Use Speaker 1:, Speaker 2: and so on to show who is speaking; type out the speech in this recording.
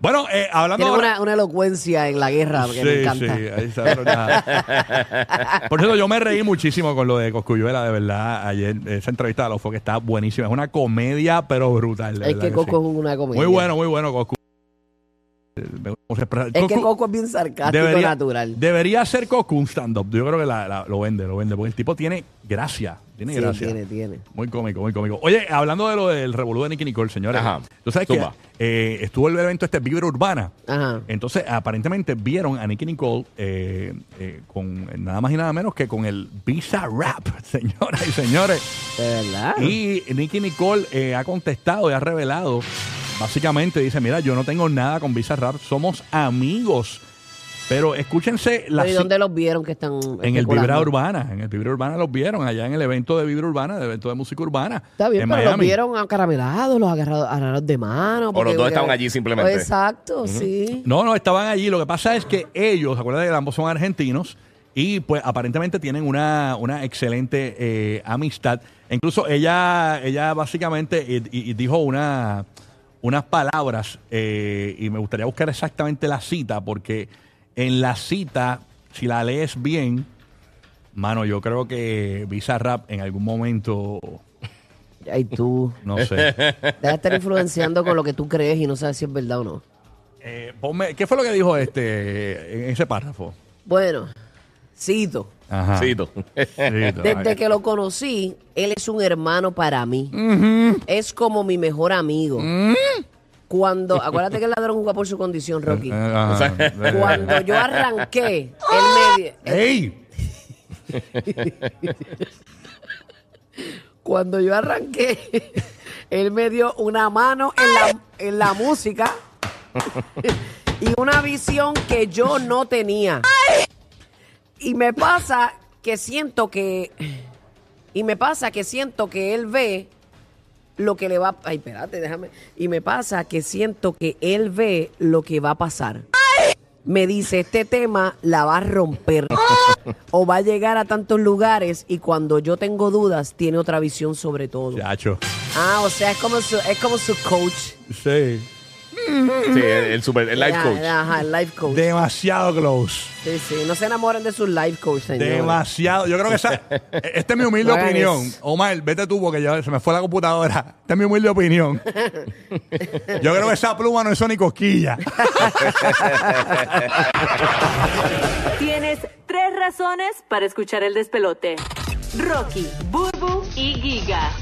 Speaker 1: Bueno, eh, hablando
Speaker 2: Tiene
Speaker 1: ahora-
Speaker 2: una, una elocuencia en la guerra que me
Speaker 1: Sí,
Speaker 2: encanta.
Speaker 1: sí, ahí sabe lo que- Por cierto, yo me reí muchísimo con lo de Coscuyuela, de verdad. Ayer, esa entrevista de los que está buenísima. Es una comedia, pero brutal. de
Speaker 2: Es
Speaker 1: verdad
Speaker 2: que Coco
Speaker 1: sí.
Speaker 2: es una comedia.
Speaker 1: Muy bueno, muy bueno, Coscu. Eh, me gusta cómo se expresa.
Speaker 2: Es que
Speaker 1: Coscu
Speaker 2: Coco es bien sarcástico natural.
Speaker 1: Debería ser Coscu un stand-up. Yo creo que la- la- lo vende, lo vende. Porque el tipo tiene gracia. Tiene
Speaker 2: Sí,
Speaker 1: gracia.
Speaker 2: tiene, tiene.
Speaker 1: Muy cómico, muy cómico. Oye, hablando de lo del revolú de Nicky Nicole, señores.
Speaker 3: Ajá.
Speaker 1: Tú sabes
Speaker 3: Zumba.
Speaker 1: que eh, estuvo el evento este Vibra Urbana.
Speaker 2: Ajá.
Speaker 1: Entonces, aparentemente vieron a Nicky Nicole eh, eh, con nada más y nada menos que con el Visa Rap, señoras y señores.
Speaker 2: De verdad.
Speaker 1: Y Nicky Nicole eh, ha contestado y ha revelado, básicamente dice, mira, yo no tengo nada con Visa Rap, somos amigos. Pero escúchense la
Speaker 2: Pero ¿Y
Speaker 1: ci-
Speaker 2: dónde los vieron que están
Speaker 1: en el
Speaker 2: especulando?
Speaker 1: Vibra Urbana, en el Vibra Urbana los vieron, allá en el evento de Vibra Urbana, el evento de música urbana.
Speaker 2: Está bien,
Speaker 1: en
Speaker 2: pero los
Speaker 1: Miami.
Speaker 2: vieron acaramelados, los agarrados, agarrados de mano. porque-
Speaker 3: los dos estaban
Speaker 2: porque-
Speaker 3: allí simplemente.
Speaker 2: Exacto, sí.
Speaker 1: No, no, estaban allí. Lo que pasa es que ellos, acuérdate que ambos son argentinos y pues aparentemente tienen una, una excelente eh, amistad. Incluso ella, ella básicamente eh, y- y dijo una, unas palabras eh, y me gustaría buscar exactamente la cita porque en la cita, si la lees bien, mano, yo creo que Visa Rap en algún momento,
Speaker 2: Ay, tú.
Speaker 1: no sé.
Speaker 2: Deja de estar influenciando con lo que tú crees y no sabes si es verdad o no.
Speaker 1: Eh, ponme- ¿Qué fue lo que dijo este en ese párrafo?
Speaker 2: Bueno, cito.
Speaker 1: Ajá.
Speaker 3: Sí, tú.
Speaker 1: Sí,
Speaker 2: Desde que lo conocí, él es un hermano para mí. Es como mi mejor amigo. Cuando, acuérdate que el ladrón juega por su condición, Rocky.
Speaker 1: Ah,
Speaker 2: Cuando yo arranqué, él me, di-
Speaker 1: ¡Ey!
Speaker 2: cuando yo arranqué, él me dio una mano en la, en la música y una visión que yo no tenía. Y me pasa que siento que. Y me pasa que siento que él ve lo que le va. Ay, espérate, déjame. Y me pasa que siento que él ve lo que va a pasar. Me dice, este tema la va a romper o va a llegar a tantos lugares y cuando yo tengo dudas tiene otra visión sobre todo.
Speaker 1: Chacho.
Speaker 2: Ah, o sea, es como su, es como su coach.
Speaker 1: Sí.
Speaker 3: Sí, el, el super, el life
Speaker 2: Ya,
Speaker 3: coach.
Speaker 2: Ajá, el life coach.
Speaker 1: Demasiado close.
Speaker 2: Sí, sí, no se enamoren de sus life coach, señor.
Speaker 1: Demasiado. Yo creo que esa. e-, Esta es mi humilde
Speaker 2: No hagan
Speaker 1: opinión.
Speaker 2: eso.
Speaker 1: Omar, vete tú porque ya se me fue la computadora. Esta es mi humilde opinión. Yo creo que esa pluma no hizo ni cosquilla.
Speaker 4: Tienes tres razones para escuchar el despelote. Rocky, Burbu y Giga.